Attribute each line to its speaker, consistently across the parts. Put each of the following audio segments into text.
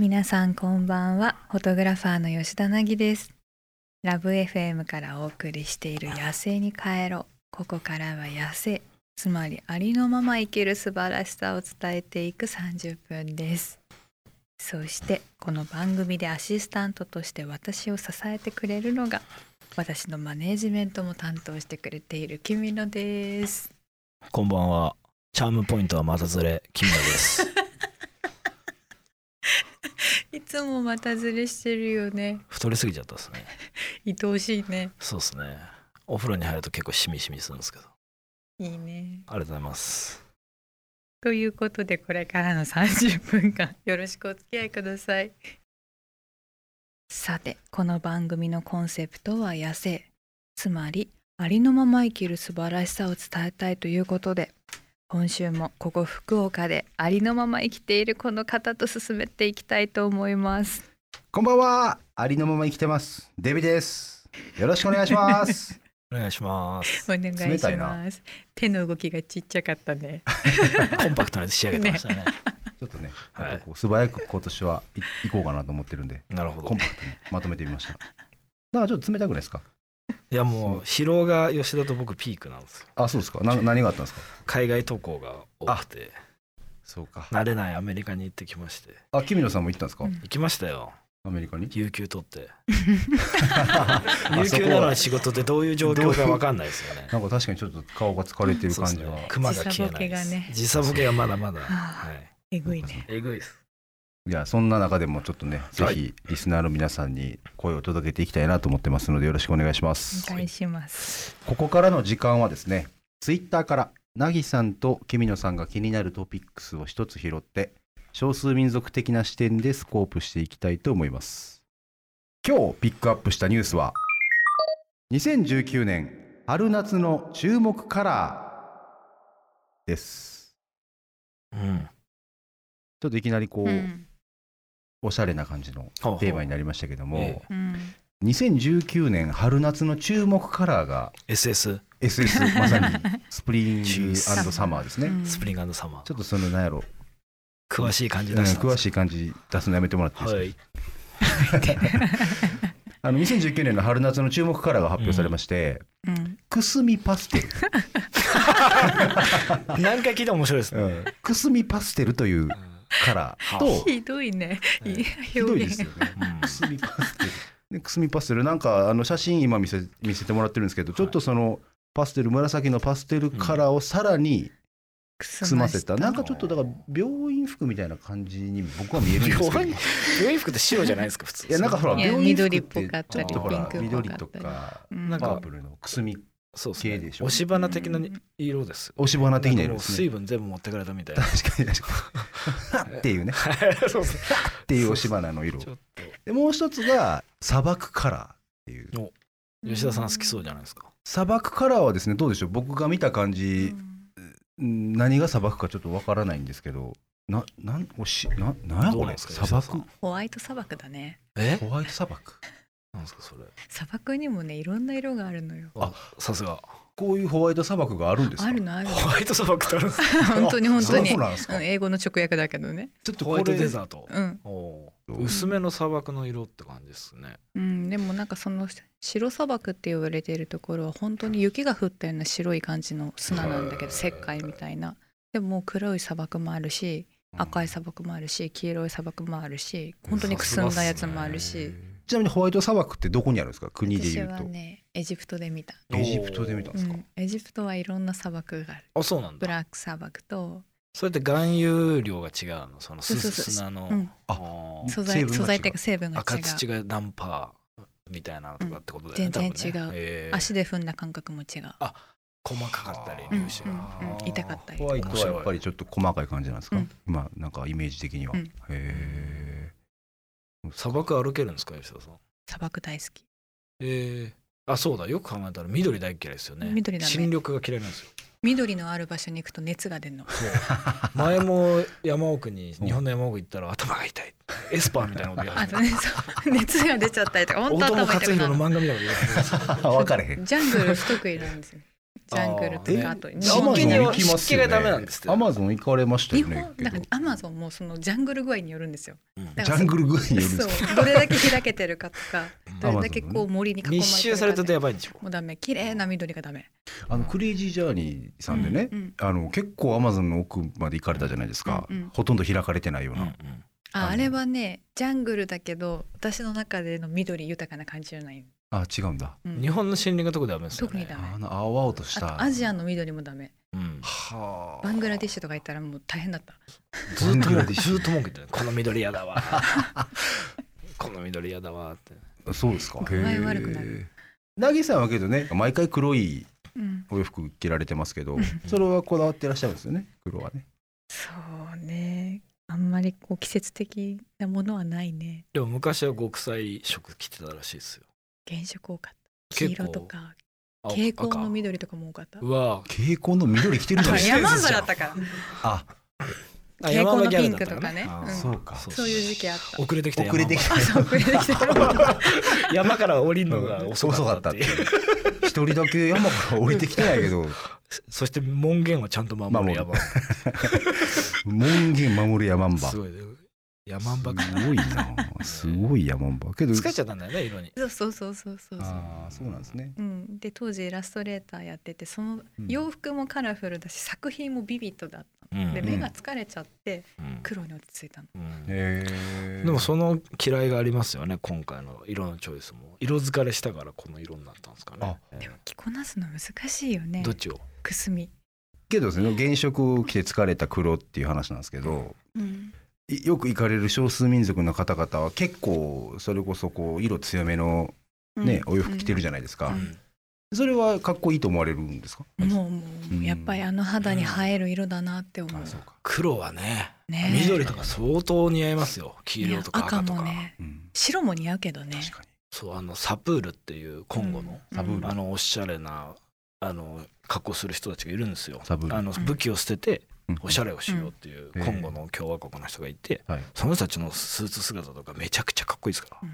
Speaker 1: 皆さんこんばんはフォトグラファーの吉田凪ですラブ FM からお送りしている野生に帰ろうここからは野生つまりありのまま生きる素晴らしさを伝えていく30分ですそしてこの番組でアシスタントとして私を支えてくれるのが私のマネージメントも担当してくれている君野です
Speaker 2: こんばんは。チャームポイントはまたずれ、キムラです。
Speaker 1: いつもまたずれしてるよね
Speaker 2: 太りすぎちゃったですね。
Speaker 1: 愛おしいね
Speaker 2: そうですね。お風呂に入ると結構しみしみするんですけど。
Speaker 1: いいね
Speaker 2: ありがとうございます。
Speaker 1: ということでこれからの30分間 よろしくお付き合いくださいさてこの番組のコンセプトは野生つまりありのまま生きる素晴らしさを伝えたいということで今週もここ福岡でありのまま生きているこの方と進めていきたいと思います
Speaker 3: こんばんは。ありのまま生きてます。デビです。よろしくお願いします。
Speaker 2: お願いします。
Speaker 1: お願い
Speaker 3: 冷
Speaker 1: した
Speaker 3: いな
Speaker 1: ます手の動きがちっちゃかったね
Speaker 2: コンパクトに仕上げてまし たね。
Speaker 3: ちょっとね、
Speaker 2: はい
Speaker 3: なんかこう素早く今年はい行こうかなと思ってるんで、
Speaker 2: なるほ
Speaker 3: コ
Speaker 2: ど
Speaker 3: ン。パクトにまとめてみました。なんかちょっと冷たくないですか
Speaker 2: いやもう疲労が吉田と僕ピークなんですよ。
Speaker 3: あ、そうですか。な何があったんですか
Speaker 2: 海外渡航が多くて、
Speaker 3: そうか。
Speaker 2: 慣れないアメリカに行ってきまして。
Speaker 3: あ、キミノさんも行ったんですか、
Speaker 1: うん
Speaker 2: 行きましたよ。
Speaker 3: アメリカに
Speaker 2: 有給 取って。
Speaker 3: あ
Speaker 2: 有
Speaker 3: そ
Speaker 2: 給
Speaker 3: こ
Speaker 2: なの
Speaker 3: は
Speaker 2: に仕事ってどういう状況かわかんないです よね。
Speaker 3: なんか確かにちょっと顔が疲れてる感じは。
Speaker 2: 熊が消えな
Speaker 1: 時差ボケ
Speaker 2: いです
Speaker 1: がね
Speaker 2: 時差ボケがまだまだ。
Speaker 1: あ
Speaker 2: はい。
Speaker 1: えぐいね
Speaker 2: えぐいです。
Speaker 3: いや、そんな中でもちょっとね、ぜ
Speaker 2: はい
Speaker 3: ひリスナーの皆さんに声を届けていきたいなと思ってますので、よろしくお願いします。
Speaker 1: お願いします
Speaker 3: ここからの時間はですね、ツイッターから、なぎさんときみのさんが気になるトピックスを一つ拾って、少数民族的な視点でスコープしていきたいと思います。今日ピックアップしたニュースは、2019年春夏の注目カラーです。
Speaker 2: うん。
Speaker 3: ちょっといきなりこう、
Speaker 1: うん
Speaker 3: おしゃれな感じの
Speaker 2: ほうほう
Speaker 3: テーマになりましたけども、
Speaker 2: え
Speaker 1: うん
Speaker 3: 2019年春夏の注目カラーが
Speaker 2: SS
Speaker 3: SS まさにスプリングサマーですね。
Speaker 1: うん
Speaker 2: スプリングサマー
Speaker 3: ち。ょっとその何やろ
Speaker 2: 詳しい感じ
Speaker 3: うん
Speaker 2: 出したんで
Speaker 3: 詳
Speaker 2: す
Speaker 3: しい感じ出すのやめてもらっていいですか、
Speaker 2: はい。
Speaker 3: あの2019年の春夏の注目カラーが発表されまして、
Speaker 1: うん
Speaker 3: くすみパステル、
Speaker 2: 何回聞いても面白いですね。
Speaker 3: くすみパステルというカラー と
Speaker 1: ひどいね。
Speaker 2: ええ
Speaker 3: ひどいですよね
Speaker 2: うん
Speaker 3: くすみパステルでくすみパステルなんかあの写真今見せ見せてもらってるんですけどちょっとそのパステル紫のパステルカラーをさらに
Speaker 1: く
Speaker 3: く
Speaker 1: す
Speaker 3: すませた、
Speaker 1: ま
Speaker 3: なんかちょっとだから病院服みたいな感じに僕は見えるんですけど
Speaker 2: 病院病院服って白じゃないですか普通。
Speaker 3: いやなんかほら
Speaker 1: いや
Speaker 3: 病院服って
Speaker 1: 緑っぽかった
Speaker 2: り
Speaker 3: ちょっとほら
Speaker 1: ピンクっぽ
Speaker 3: 緑
Speaker 1: かったり
Speaker 3: とか
Speaker 1: うん
Speaker 2: なん
Speaker 3: パ
Speaker 2: か
Speaker 3: ープルのくすみ
Speaker 2: そうです
Speaker 3: 系
Speaker 2: ね。
Speaker 3: でしょ
Speaker 2: 押し花的な色ですよ。
Speaker 3: 押し花的な
Speaker 2: んか
Speaker 3: 色
Speaker 2: も
Speaker 3: で
Speaker 2: う
Speaker 3: す
Speaker 2: 水
Speaker 3: ね
Speaker 2: 分全部持ってかれたみ たいな。
Speaker 3: 確かに確かにっていうね
Speaker 2: そうですね
Speaker 3: っていう押し花の色
Speaker 2: ちょっ
Speaker 3: でもう一つが砂漠カラーっていう
Speaker 2: と 吉田さん好きそうじゃないですか。
Speaker 3: 砂漠カラーはですねどうでしょう僕が見た感じ、ん何が砂漠かちょっとわからないんですけどななんおしななんや
Speaker 2: どう
Speaker 3: こ
Speaker 2: なん
Speaker 3: れ
Speaker 2: ですか
Speaker 3: 砂漠
Speaker 1: ホワイト砂漠だね。
Speaker 2: え？
Speaker 3: ホワイト砂漠
Speaker 2: なんですかそれ。
Speaker 1: 砂漠にもね、いろんな色があるのよ。
Speaker 2: あさすが。
Speaker 3: こういうホワイト砂漠があるんですか
Speaker 1: あるのあるの。
Speaker 2: ホワイト砂漠ってあるんですか。
Speaker 1: 本当に本当に
Speaker 3: そう。なんですか、
Speaker 1: うん英語の直訳だけどね。
Speaker 2: ちょっと
Speaker 3: こ
Speaker 2: ホ
Speaker 3: れ
Speaker 2: ワイトデザート。
Speaker 1: うん。
Speaker 2: おー薄めの砂漠の色って感じですね。
Speaker 1: うん、でもなんかその白砂漠って言われてるところは本当に雪が降ったような白い感じの砂なんだけ
Speaker 3: へー
Speaker 1: ど石灰みたいなでももう黒い砂漠もあるし赤い砂漠もあるし黄色い砂漠もあるし本当にくすんだやつもあるし
Speaker 3: ちなみにホワイト砂漠ってどこにあるんですか国で
Speaker 1: 私
Speaker 3: 言う
Speaker 1: は
Speaker 3: と、
Speaker 1: ねエジプトで見た、
Speaker 3: エジプトで見たん
Speaker 1: う
Speaker 3: ですか、
Speaker 1: ん、エジプトはいろんな砂漠がある
Speaker 2: あそうなん
Speaker 1: ブ
Speaker 2: だ。
Speaker 1: ラック砂漠と
Speaker 2: それって含有量が違うのそのす
Speaker 1: そうそうそう
Speaker 2: 砂の
Speaker 1: うん
Speaker 2: あー
Speaker 1: 素材
Speaker 3: 成分が違う
Speaker 1: 素材っていうか成分が違う
Speaker 2: 赤土が何パーみたいなのとかってことだよね、
Speaker 1: うん
Speaker 2: 多分ね
Speaker 1: 全然違う
Speaker 2: えー
Speaker 1: 足で踏んだ感覚も違う、
Speaker 2: 細かかったり
Speaker 3: うん
Speaker 2: 粒子が
Speaker 1: うんうん痛かったり
Speaker 3: ホワイトはやっぱりちょっと細かい感じなんですか、
Speaker 1: うん
Speaker 3: まあなんかイメージ的には、
Speaker 1: うん
Speaker 3: へえ
Speaker 2: 砂漠歩けるんですか吉田さん
Speaker 1: 砂漠大好き
Speaker 2: えー、あそうだよく考えたら緑大っ嫌いですよね
Speaker 1: 緑ダメ
Speaker 2: 新緑が嫌いなんですよ
Speaker 1: 緑のある場所に行くと熱が出るの
Speaker 2: 前も山奥に日本の山奥行ったら頭が痛いエスパーみたいなこと言
Speaker 1: あ
Speaker 2: われて
Speaker 1: とねそう熱が出ちゃったりとか本
Speaker 2: 大
Speaker 1: 当
Speaker 2: 友
Speaker 1: 頭痛
Speaker 2: 克
Speaker 1: くな
Speaker 2: 洋
Speaker 1: る
Speaker 2: の漫画みたいなこと言われて
Speaker 3: 分かれへん
Speaker 1: ジャングル不得意なんですよジャングルと
Speaker 2: え
Speaker 1: かあと日
Speaker 2: 湿
Speaker 1: 本
Speaker 2: 気に
Speaker 1: の
Speaker 2: は湿気がダメなんですって
Speaker 3: アマゾン行かれました
Speaker 1: 日
Speaker 3: よね
Speaker 1: 本。だからアマゾンもそのジャングル具合によるんですよ。
Speaker 2: うん
Speaker 1: だ
Speaker 3: ジ
Speaker 1: か
Speaker 3: ャングル具合によるんです
Speaker 1: そ
Speaker 3: か
Speaker 1: うどれだけ開けてるかとか
Speaker 2: うん
Speaker 1: どれだけこう森に囲まれてるか
Speaker 2: 密集されてると
Speaker 1: ね
Speaker 2: やばいんでしょ
Speaker 1: もうダメ綺麗な緑がダメ。
Speaker 3: あのクレイジージャーニーさんでね、
Speaker 1: うんうん
Speaker 3: あの結構アマゾンの奥まで行かれたじゃないですか、
Speaker 1: うんうん
Speaker 3: ほとんど開かれてないような、あ
Speaker 1: あ
Speaker 3: の
Speaker 1: あれはねジャングルだけど私の中での緑豊かな感じじゃない。
Speaker 3: あ違うんだ
Speaker 1: うん
Speaker 2: 日本の森林が特にダメですよ
Speaker 1: 特に
Speaker 2: ね
Speaker 1: ダ
Speaker 3: あ
Speaker 1: メ。
Speaker 3: の青々とし
Speaker 1: あ
Speaker 3: た
Speaker 1: とアジアの緑もダメ。
Speaker 2: うん
Speaker 3: はあ
Speaker 1: バングラディッシュとか行ったらもう大変だった。
Speaker 2: ずっ
Speaker 3: バングラ
Speaker 2: と
Speaker 3: ディッシ
Speaker 2: ずっと文句言ってるこの緑嫌だわ この緑嫌だわって
Speaker 3: ュそうですか
Speaker 1: 具合悪くなる
Speaker 3: なぎさんはけどね毎回黒い
Speaker 1: うん。
Speaker 3: お洋服着られてますけど
Speaker 1: うん
Speaker 3: それはこだわってらっしゃるんですよね黒 はね
Speaker 1: そうね。あんまりこう季節的なものはないね。
Speaker 2: でも昔は極彩色着てたらしいですよ
Speaker 1: 原色多かった。黄
Speaker 2: 結構
Speaker 1: 色とか
Speaker 2: 青
Speaker 1: 蛍光の
Speaker 2: 赤
Speaker 1: 緑とかも多かった。
Speaker 2: うわ
Speaker 3: 蛍光の緑着てるじ
Speaker 1: あ
Speaker 3: ゃないです か
Speaker 1: 山村だったから。
Speaker 3: あ
Speaker 2: あ
Speaker 1: 蛍光のピン
Speaker 2: 山
Speaker 1: ク
Speaker 2: 田
Speaker 1: と
Speaker 2: ギャ
Speaker 1: か
Speaker 2: ルだった
Speaker 1: ね。
Speaker 2: ら
Speaker 3: あ
Speaker 1: うん
Speaker 3: ーそうか
Speaker 1: そういう時期あった。
Speaker 2: 遅れてきた
Speaker 3: 遅れてきた
Speaker 1: あ、そう、遅れてきた。
Speaker 2: た山から降りるのが遅かったっていう
Speaker 3: 遅かったっていう一人だけ山から降りてきてないけ ど
Speaker 2: そして門限はちゃんと守る山
Speaker 3: 守門限守る山 んば
Speaker 2: すごいね山んばか
Speaker 3: すごいなすごい山んばけど
Speaker 2: 疲れちゃったんだよね色に
Speaker 1: そうそうそうそうそうそう。
Speaker 3: ああそうなんですね
Speaker 1: うん、で当時イラストレーターやっててその
Speaker 3: うん
Speaker 1: 洋服もカラフルだし、作品もビビッドだったので、
Speaker 3: うん
Speaker 1: 目が疲れちゃって
Speaker 2: うん
Speaker 1: 黒に落ち着いたの、
Speaker 2: うん
Speaker 3: へえ
Speaker 2: でもその嫌いがありますよね今回の色のチョイスも色疲れしたからこの色になったんですかねえ
Speaker 1: でも着こなすの難しいよ
Speaker 2: え
Speaker 1: ね
Speaker 2: どっちを
Speaker 1: くすみ、
Speaker 3: けどですね原色を着て疲れた黒っていう話なんですけど
Speaker 1: うん、
Speaker 3: いよく行かれる少数民族の方々は結構それこそこう色強めのね、お洋服着てるじゃないですか、
Speaker 1: うん
Speaker 3: それはかっこいいと思われるんですか
Speaker 1: うんもうもう、
Speaker 3: うん
Speaker 1: やっぱりあの肌に映える色だなって思う、
Speaker 3: か、
Speaker 2: 黒はね
Speaker 1: ね
Speaker 2: 緑とか相当似合いますよ黄色とか赤と
Speaker 1: も
Speaker 2: か
Speaker 1: ね
Speaker 3: うん、
Speaker 1: 白も似合うけどね
Speaker 3: 確かに
Speaker 2: そうあのサプールっていうコンゴの
Speaker 1: うん
Speaker 3: サブール
Speaker 2: あのおしゃれなあの格好する人たちがいるんですよ
Speaker 3: サブール
Speaker 2: あの武器を捨てて
Speaker 3: うん
Speaker 2: おしゃれをしようっていう
Speaker 3: うん
Speaker 2: コンゴの共和国の人がいて、
Speaker 3: はい
Speaker 2: その人たちのスーツ姿とかめちゃくちゃかっこいいですから。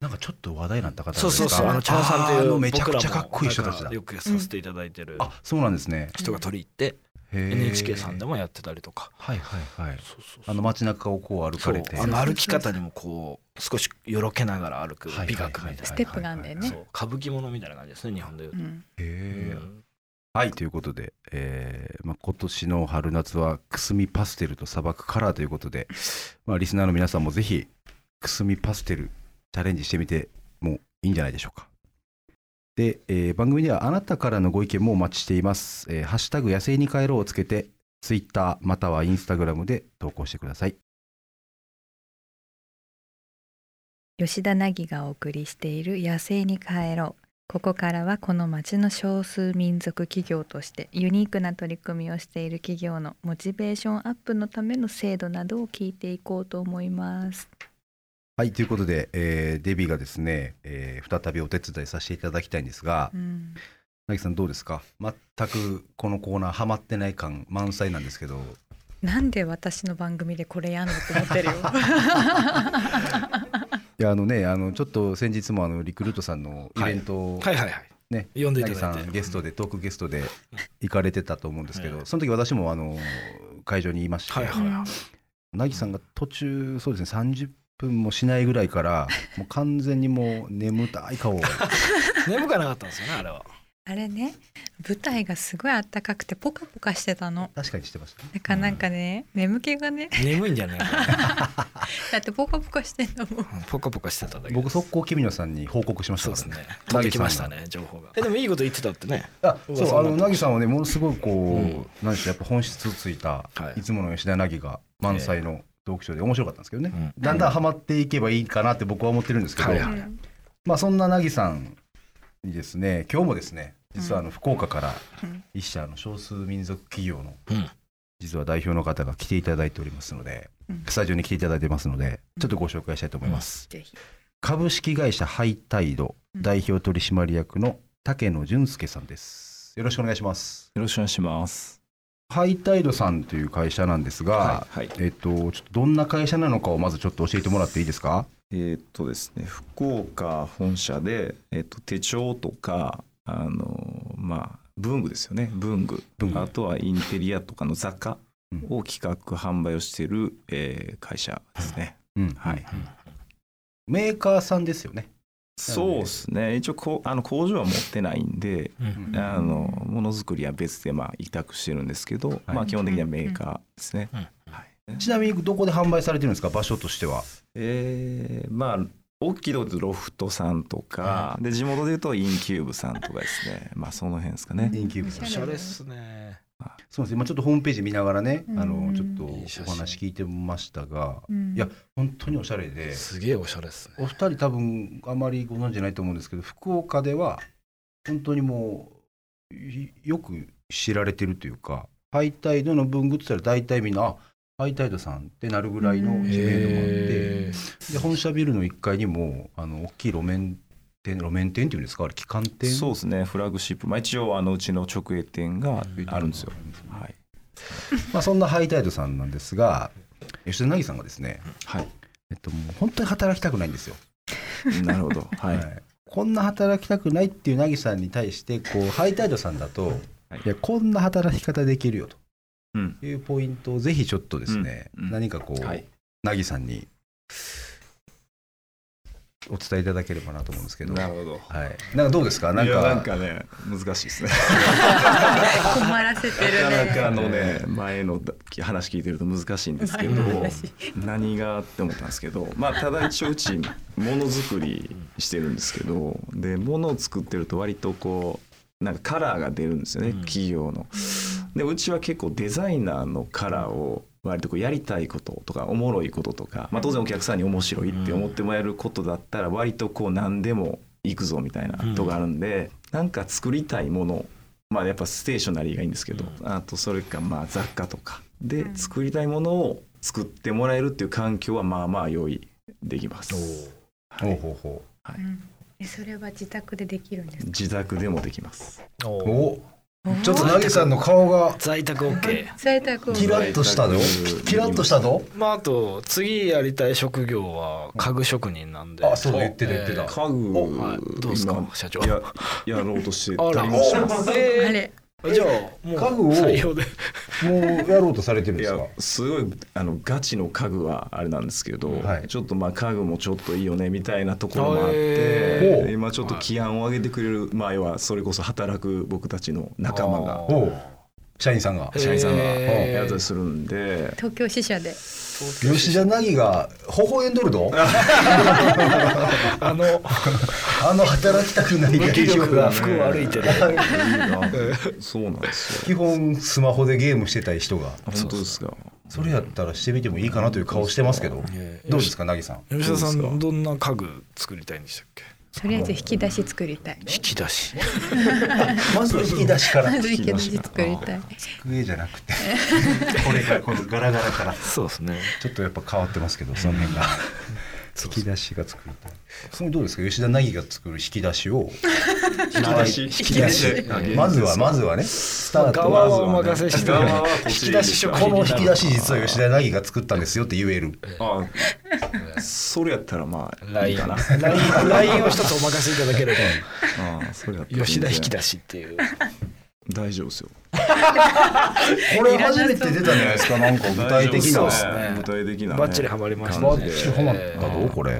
Speaker 3: なんかちょっと話題になった方です
Speaker 2: そ
Speaker 3: か
Speaker 2: うそうそう、あのチャーさんって
Speaker 3: あ
Speaker 2: い
Speaker 3: ーあ
Speaker 2: う
Speaker 3: のめちゃくち
Speaker 2: 僕
Speaker 3: ゃ
Speaker 2: ら
Speaker 3: か
Speaker 2: も
Speaker 3: っこいい人たち
Speaker 2: な
Speaker 3: だ
Speaker 2: んかよくさせていただいてる
Speaker 3: あそうなんですね
Speaker 2: 人が取り入って、
Speaker 3: へー
Speaker 2: NHK さんでもやってたりとか。
Speaker 3: はいはいはい
Speaker 2: そうそうそう
Speaker 3: あの街中をこう歩かれて
Speaker 2: そうあの歩き方にもこう少しよろけながら歩く
Speaker 3: はい
Speaker 2: 美学みたいな、
Speaker 1: ステップがあんだよね
Speaker 2: そう歌舞伎ものみたいな感じですね日本でいう
Speaker 1: う
Speaker 2: と、
Speaker 1: ん
Speaker 3: へー
Speaker 2: うん
Speaker 3: はいということで、えーまあ、今年の春夏はくすみパステルと砂漠カラーということで、まあ、リスナーの皆さんもぜひくすみパステルチャレンジしてみてもいいんじゃないでしょうかで、えー番組ではあなたからのご意見もお待ちしています「えーハッシュタグ野生に帰ろう」をつけてツイッターまたはインスタグラムで投稿してください
Speaker 1: 吉田凪がお送りしている「野生に帰ろう」ここからはこの町の少数民族企業としてユニークな取り組みをしている企業のモチベーションアップのための制度などを聞いていこうと思います。
Speaker 3: はいということで、えーデビーがですね、えー再びお手伝いさせていただきたいんですが
Speaker 1: うん、
Speaker 3: なぎさんどうですか全くこのコーナーハマってない感満載なんですけど
Speaker 1: なんで私の番組でこれやんのって思ってるよ。
Speaker 3: いやあのねあのちょっと先日もあのリクルートさんのイベントを
Speaker 2: はいはいはい
Speaker 3: ね、
Speaker 2: 呼んでい
Speaker 3: な
Speaker 2: た
Speaker 3: ぎ
Speaker 2: だ
Speaker 3: さ
Speaker 2: いて
Speaker 3: んゲストでトークゲストで行かれてたと思うんですけ
Speaker 2: ええ
Speaker 3: どその時私もあの会場にいまして、
Speaker 2: はいはいはい
Speaker 3: なぎさんが途中そうですね30分もしないぐらいからもう完全にもう眠たい顔を
Speaker 2: 眠かなかったんですよねあれは
Speaker 1: あれね舞台がすごいあったかくてポカポカしてたの。
Speaker 3: 確かにして ましたね
Speaker 1: だからなんかね、眠気がね
Speaker 2: 眠いんじゃねえかな
Speaker 1: だってポカポカしてんだもん。
Speaker 2: うん ポカポカしてただけ
Speaker 3: 僕速攻君野さんに報告しまし
Speaker 2: そ
Speaker 3: た
Speaker 2: う
Speaker 3: か
Speaker 2: で
Speaker 3: ら
Speaker 2: すね飛んできましたね情報がえでもいいこと言ってたってね
Speaker 3: あ
Speaker 2: うわ
Speaker 3: そう
Speaker 2: そ
Speaker 3: あ
Speaker 2: うな
Speaker 3: の
Speaker 2: んだ
Speaker 3: なぎさんはねものすごいこう、
Speaker 2: うん
Speaker 3: なんでしょうやっぱ本質ついた、
Speaker 2: はい
Speaker 3: い、つもの吉田なぎが満載のトークショーで面白かったんですけどね、
Speaker 2: うん
Speaker 3: だんだんハマっていけばいいかなって僕は思ってるんですけど、
Speaker 2: はいうは
Speaker 1: ん
Speaker 3: まあそんななぎさんにですね今日もですね実はあの福岡から
Speaker 1: うん
Speaker 3: 一社の少数民族企業の
Speaker 2: うん
Speaker 3: 実は代表の方が来ていただいておりますので、
Speaker 1: うん
Speaker 3: スタジオに来ていただいてますのでちょっとご紹介したいと思います。
Speaker 1: ぜひ。
Speaker 3: 株式会社ハイタイド
Speaker 1: うん
Speaker 3: 代表取締役の竹野淳介さんです。よろしくお願いします。
Speaker 4: よろしくお願いします。
Speaker 3: ハイタイドさんという会社なんですが、
Speaker 4: はい。
Speaker 3: えっとちょっとどんな会社なのかをまずちょっと教えてもらっていいですか？
Speaker 4: えーっとですね、福岡本社で、えっと手帳とか、あのまあ文具ですよね文具
Speaker 3: 文具
Speaker 4: あとはインテリアとかの雑貨を企画販売をしている、えー会社ですね、
Speaker 3: うん
Speaker 4: はい
Speaker 3: メーカーさんですよね。
Speaker 4: そうですね一応こうあの工場は持ってないんで
Speaker 2: うん
Speaker 3: うん
Speaker 4: あのものづくりは別でまあ委託してるんですけど、まあ、基本的にはメーカーですね、
Speaker 2: うん
Speaker 4: はい
Speaker 3: ちなみにどこで販売されてるんですか、場所としては。
Speaker 4: えーまあ大きいところでロフトさんとか、
Speaker 2: は
Speaker 4: で地元でいうとインキューブさんとかですねまあその辺ですかね
Speaker 3: 人気
Speaker 1: お
Speaker 2: お
Speaker 1: し
Speaker 2: し
Speaker 1: ゃ
Speaker 2: ゃ
Speaker 1: れ
Speaker 2: れ
Speaker 1: っ
Speaker 2: っ
Speaker 1: す
Speaker 2: すね。
Speaker 3: そうですね、今ちょっとホームページ見ながらね、あ
Speaker 1: う
Speaker 3: の
Speaker 1: ん
Speaker 3: ちょっとお話聞いてましたが、
Speaker 1: うん
Speaker 3: いや、本当におしゃれで、
Speaker 2: すげえおしゃれっすね。
Speaker 3: お二人、多分あまりご存じないと思うんですけど、福岡では、本当にもう、いよく知られてるというか、ハイタイドの文具って言ったら、大体みんな、あハイタイドさんってなるぐらいの知名度があって、
Speaker 2: へ
Speaker 3: で本社ビルの1階にも、あの大きい路面店、路面店っていうんですか、あれ、旗艦店
Speaker 4: そうですねフラグシップ、まあ、一応あのうちの直営店があるんですよ、はい
Speaker 3: まあ、そんなハイタイドさんなんですが、吉田凪さんがですね、
Speaker 4: はい
Speaker 3: えっと、もう本当に働きたくないんですよ。
Speaker 4: なるほど はい、
Speaker 3: はいこんな働きたくないっていう凪さんに対してこうハイタイドさんだと、
Speaker 4: はい
Speaker 3: い、やこんな働き方できるよ
Speaker 4: うん
Speaker 3: というポイントをぜひちょっとですね、
Speaker 4: うんうん
Speaker 3: 何かこう、
Speaker 4: はい
Speaker 3: 凪さんにお伝えいただければなと思うんですけど。
Speaker 4: な
Speaker 3: は
Speaker 4: るほど
Speaker 3: い、なんかどうですかなん
Speaker 4: い
Speaker 3: か
Speaker 4: やなんかね難しいですね
Speaker 1: 困らせてる
Speaker 4: なかなかあ
Speaker 1: ね。
Speaker 4: のね前の話聞いてると難しいんですけど何がって思ったんですけどまあただ一応うちものづくりしてるんですけどでものを作ってると割とこうなんかカラーが出るんですよね、
Speaker 2: うん
Speaker 4: 企業の。でうちは結構デザイナーのカラーを割とこうやりたいこととかおもろいこととか、まあ、当然お客さんに面白いって思ってもらえることだったら割とこう何でもいくぞみたいなとこあるんで、なんか作りたいものまあやっぱステーショナリーがいいんですけど、あとそれかまあ雑貨とかで
Speaker 1: うん
Speaker 4: 作りたいものを作ってもらえるっていう環境はまあまあ用意できます。は
Speaker 3: ほう
Speaker 4: い、
Speaker 3: ほうほ
Speaker 1: うんえそれは自宅でできるんですか。
Speaker 4: 自宅でもできます。
Speaker 2: お
Speaker 3: う
Speaker 2: お。
Speaker 3: おちょっと凪さんの顔が
Speaker 2: 在宅 OK。
Speaker 1: 在宅を
Speaker 3: キラッとしたのキラッとしたの
Speaker 2: まああと次やりたい職業は家具職人なんで。
Speaker 3: あそうだ言ってた言ってた
Speaker 2: えー
Speaker 4: 家具
Speaker 2: はいどうですか社長。
Speaker 4: ややろうとして
Speaker 2: あ
Speaker 4: た
Speaker 2: ら
Speaker 4: りもします。
Speaker 1: あ
Speaker 2: え
Speaker 1: れ
Speaker 2: ーじゃあもう
Speaker 3: 家具を
Speaker 2: 採用で。
Speaker 3: もうやろうとされてるん
Speaker 4: い
Speaker 3: です
Speaker 4: や
Speaker 3: か
Speaker 4: すごいあのガチの家具はあれなんですけど、
Speaker 3: はい
Speaker 4: ちょっとまあ家具もちょっといいよねみたいなところもあって、
Speaker 2: へ
Speaker 3: ー
Speaker 4: 今ちょっと気案を上げてくれる前はそれこそ働く僕たちの仲間が
Speaker 2: あ
Speaker 3: おう社員さんが
Speaker 2: ー
Speaker 4: 社員さんが
Speaker 2: へー
Speaker 4: やったりするんで、
Speaker 1: 東京支社で。
Speaker 3: 吉田凪が微笑んどる ど
Speaker 2: あの
Speaker 3: あの働きたくない
Speaker 2: 無気力が服を歩いてる。
Speaker 4: いいなそうなんです
Speaker 3: 基
Speaker 4: よ
Speaker 3: 本スマホでゲームしてたい人が
Speaker 4: 本当ですか
Speaker 3: それやったらしてみてもいいかなという顔してますけど
Speaker 2: えー
Speaker 3: どうですか凪さん
Speaker 2: 吉田さ
Speaker 4: どうです
Speaker 2: ん
Speaker 4: か
Speaker 2: どんな家具作りたいんでしたっけ？
Speaker 1: とりあえず引き出し作りたい。
Speaker 2: 引き出し。
Speaker 3: まずは引き出しから
Speaker 1: まず引き出し作りたい。
Speaker 3: 机じゃなくて これがこのガラガラから
Speaker 2: そうですね。
Speaker 3: ちょっとやっぱ変わってますけどその辺が 引き出しが作りたいそれどうですか吉田凪が作る引き出しを
Speaker 4: 引き出し引
Speaker 3: 引き出しまずはまずはねスタート
Speaker 2: 側をお任せして
Speaker 4: まずはね
Speaker 2: 引き出し職
Speaker 3: こ
Speaker 2: 人
Speaker 3: の
Speaker 2: に
Speaker 3: 引き出し実は吉田凪が作ったんですよって言える。
Speaker 4: あそれやったらまあ
Speaker 2: ラ
Speaker 4: い
Speaker 2: イ
Speaker 4: い
Speaker 2: ン
Speaker 4: かな
Speaker 2: ラインを一つお任せいただけ れ
Speaker 4: あそれやった
Speaker 2: ば
Speaker 4: ら
Speaker 2: 吉田引き出
Speaker 4: し
Speaker 2: しっていう
Speaker 4: 大丈夫ですよ
Speaker 3: これ初めて出たんじゃないですか。なんか具体的
Speaker 2: そ
Speaker 3: な
Speaker 2: う。ですね
Speaker 4: 具体的なね
Speaker 2: バッチリハマりましたね
Speaker 3: バッチリハマったどう
Speaker 2: えー
Speaker 3: これ。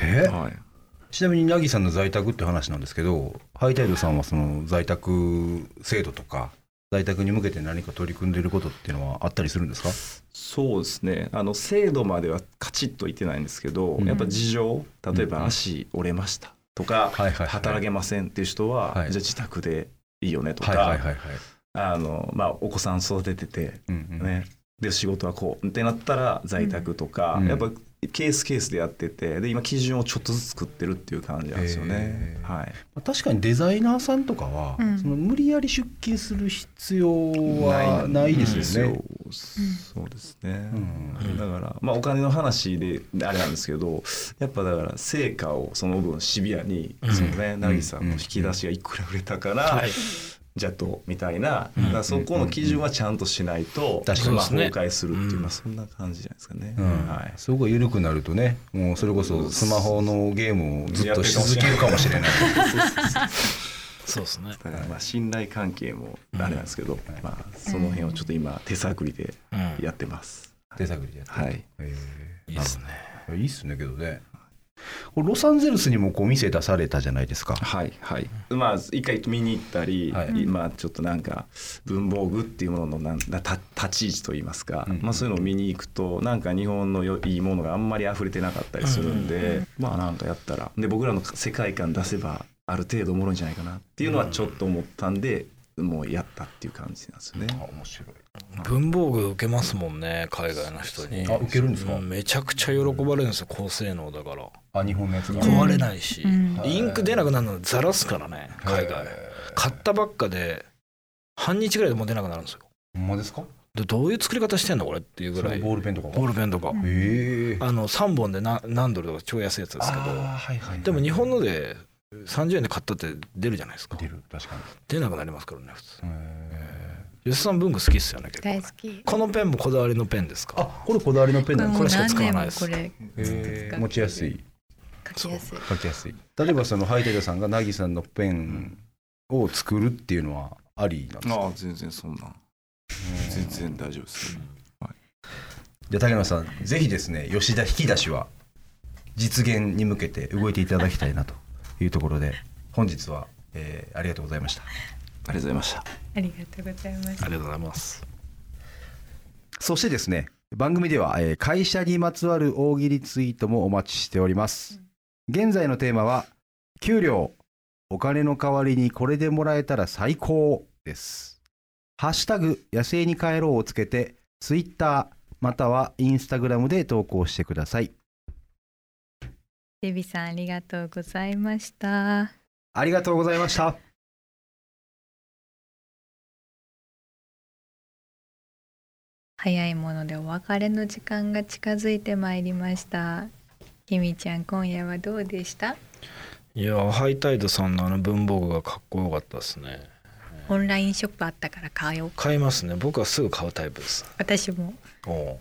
Speaker 3: え
Speaker 4: はい
Speaker 3: ちなみにナギさんの在宅って話なんですけど、ハイタイドさんはその在宅制度とか在宅に向けて何か取り組んでいることっていうのはあったりするんですか。
Speaker 4: そうですねあの制度まではカチッと言ってないんですけど、
Speaker 3: うん
Speaker 4: やっぱ事情例え
Speaker 3: うん
Speaker 4: ば足折れましたとか、
Speaker 3: はいはいはい
Speaker 4: 働けませんっていう人は、
Speaker 3: はい
Speaker 4: じゃあ自宅でいいよねとか、
Speaker 3: はいはいはいはい。
Speaker 4: あのまあ、お子さん育ててて、
Speaker 3: うんうん
Speaker 4: ねで仕事はこうってなったら在宅とか、
Speaker 3: うん
Speaker 4: やっぱケースケースでやっててで今基準をちょっとずつ作ってるっていう感じなんですよね
Speaker 3: へ。ー
Speaker 4: はい
Speaker 3: 確かにデザイナーさんとかは、
Speaker 1: うん
Speaker 3: その無理やり出勤する必要はないですよね。
Speaker 4: そうですね、
Speaker 3: うん
Speaker 4: だから、まあ、お金の話であれなんですけどやっぱだから成果をその分シビアに、
Speaker 2: うん
Speaker 4: そのね渚の引き出しがいくら売れたから、
Speaker 2: はい
Speaker 4: じゃあとみたいな、だからそこの基準はちゃんとしないと、
Speaker 3: 確
Speaker 2: かに
Speaker 4: まあ
Speaker 2: そうですね
Speaker 4: 崩壊するってい
Speaker 2: う
Speaker 4: う、
Speaker 2: ん
Speaker 4: まあ、そんな感じじゃないですかね。
Speaker 3: うん
Speaker 4: はい
Speaker 3: すごい緩くなるとねもうそれこそスマホのゲームをずっとし続けるかもしれない
Speaker 2: そうですね。
Speaker 4: だからまあ信頼関係もあれなんですけど、
Speaker 3: うんはい
Speaker 4: まあ、その辺をちょっと今手探りで
Speaker 2: うん、い
Speaker 4: やってます。
Speaker 3: 手探りでやってる
Speaker 4: はい、
Speaker 3: え
Speaker 2: いですね。
Speaker 3: ーいいっすねけどねこれロサンゼルスにもこう店出されたじゃないですか
Speaker 4: はいはいまあ一回見に行ったり、
Speaker 3: はい
Speaker 4: 今ちょっとなんか文房具っていうもののなんなた立ち位置といいますか、
Speaker 3: うん
Speaker 4: まあ、そういうのを見に行くとなんか日本のよいいものがあんまり溢れてなかったりするんで、まあなんかやったらで僕らの世界観出せばある程度おもろいんじゃないかなっていうのはちょっと思ったんで、もうやったっていう感じなんですよね。
Speaker 3: あ面白い
Speaker 2: 文房具受けますもんね、海外の人に。
Speaker 3: あ受けるんですか
Speaker 2: うめちゃくちゃ喜ばれるんですよ、高性能だから。
Speaker 3: あ日本のやつが
Speaker 2: 壊れないし、
Speaker 1: うん
Speaker 2: インク出なくなるのざらすからね、海外。買ったばっかで、半日ぐらいでもう出なくなるんですよ。
Speaker 3: ほんまですか
Speaker 2: でどういう作り方してんのこれっていうぐ
Speaker 3: そ
Speaker 2: ら
Speaker 3: れ
Speaker 2: い。
Speaker 3: ボールペンとか
Speaker 2: ボー
Speaker 3: も
Speaker 2: ルペンとか
Speaker 1: う。ん
Speaker 3: ええ
Speaker 2: あの3本で何何ドルとか超安いやつですけど、
Speaker 3: はいはい
Speaker 2: でも日本ので30円で買ったって出るじゃないですか。
Speaker 3: 出る確かに
Speaker 2: 出なくなりますからね、普通。
Speaker 3: え
Speaker 2: 吉田さん文具好きっすよね、結構ね、
Speaker 1: 大好き
Speaker 2: このペンもこだわりのペンです
Speaker 3: ー
Speaker 2: か
Speaker 3: あこれこだわりのペンなん
Speaker 2: こ
Speaker 3: で
Speaker 2: れしか使わないです
Speaker 1: もう何年も
Speaker 3: すね
Speaker 1: これ
Speaker 3: 持ちやすい
Speaker 1: これ書きやすい
Speaker 3: 書きやすい例えばそのハイテレさんがナギさんのペンを作るっていうのはありなんですか
Speaker 4: ああ全然そんな全然大丈夫です。
Speaker 3: じゃあ竹野さんぜひですね吉田引き出しは実現に向けて動いていただきたいなというところで本日は、えーありがとうございました
Speaker 4: ありがとうございました。
Speaker 1: ありがとうございま
Speaker 2: あ
Speaker 1: す
Speaker 2: りがとうございます。
Speaker 3: そしてですね番組では、えー会社にまつわる大喜利ツイートもお待ちしております現在のテーマは給料お金の代わりにこれでもらえたら最高ですハッシュタグ野生に帰ろうをつけてツイッターまたはインスタグラムで投稿してください
Speaker 1: デビさんありがとうございました
Speaker 3: ありがとうございました
Speaker 1: 早いものでお別れの時間が近づいてまいりましたきみちゃん今夜はどうでした
Speaker 2: いやハイタイドさんのあの文房具がかっこよかったですね。
Speaker 1: オンラインショップあったから買おう
Speaker 2: 買いますね。僕はすぐ買うタイプです。
Speaker 1: 私も
Speaker 2: おう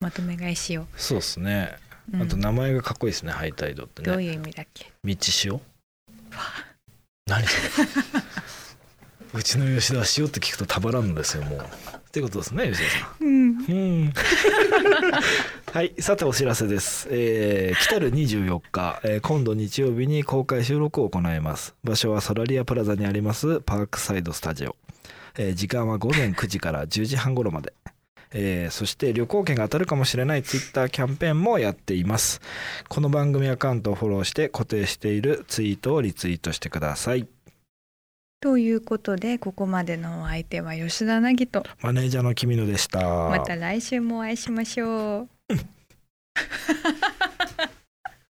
Speaker 1: まとめ買いしよ
Speaker 2: そうですね。
Speaker 1: う、うん
Speaker 2: あと名前がかっこいいですね、ハイタイドって
Speaker 1: どう
Speaker 2: ね。
Speaker 1: いう意味だっけ
Speaker 2: 道塩何 それうちの吉田は塩って聞くとたまらんのですよ、もう。ってことですね、吉田さん。
Speaker 1: うん
Speaker 2: うん、はいさてお知らせです、えー来たる24日、えー今度日曜日に公開収録を行います場所はソラリアプラザにありますパークサイドスタジオ、えー時間は午前9時から10時半頃までえーそして旅行券が当たるかもしれないツイッターキャンペーンもやっていますこの番組アカウントをフォローして固定しているツイートをリツイートしてください
Speaker 1: ということでここまでのお相手は吉田凪と
Speaker 2: マネージャーの君野でした
Speaker 1: また来週もお会いしましょう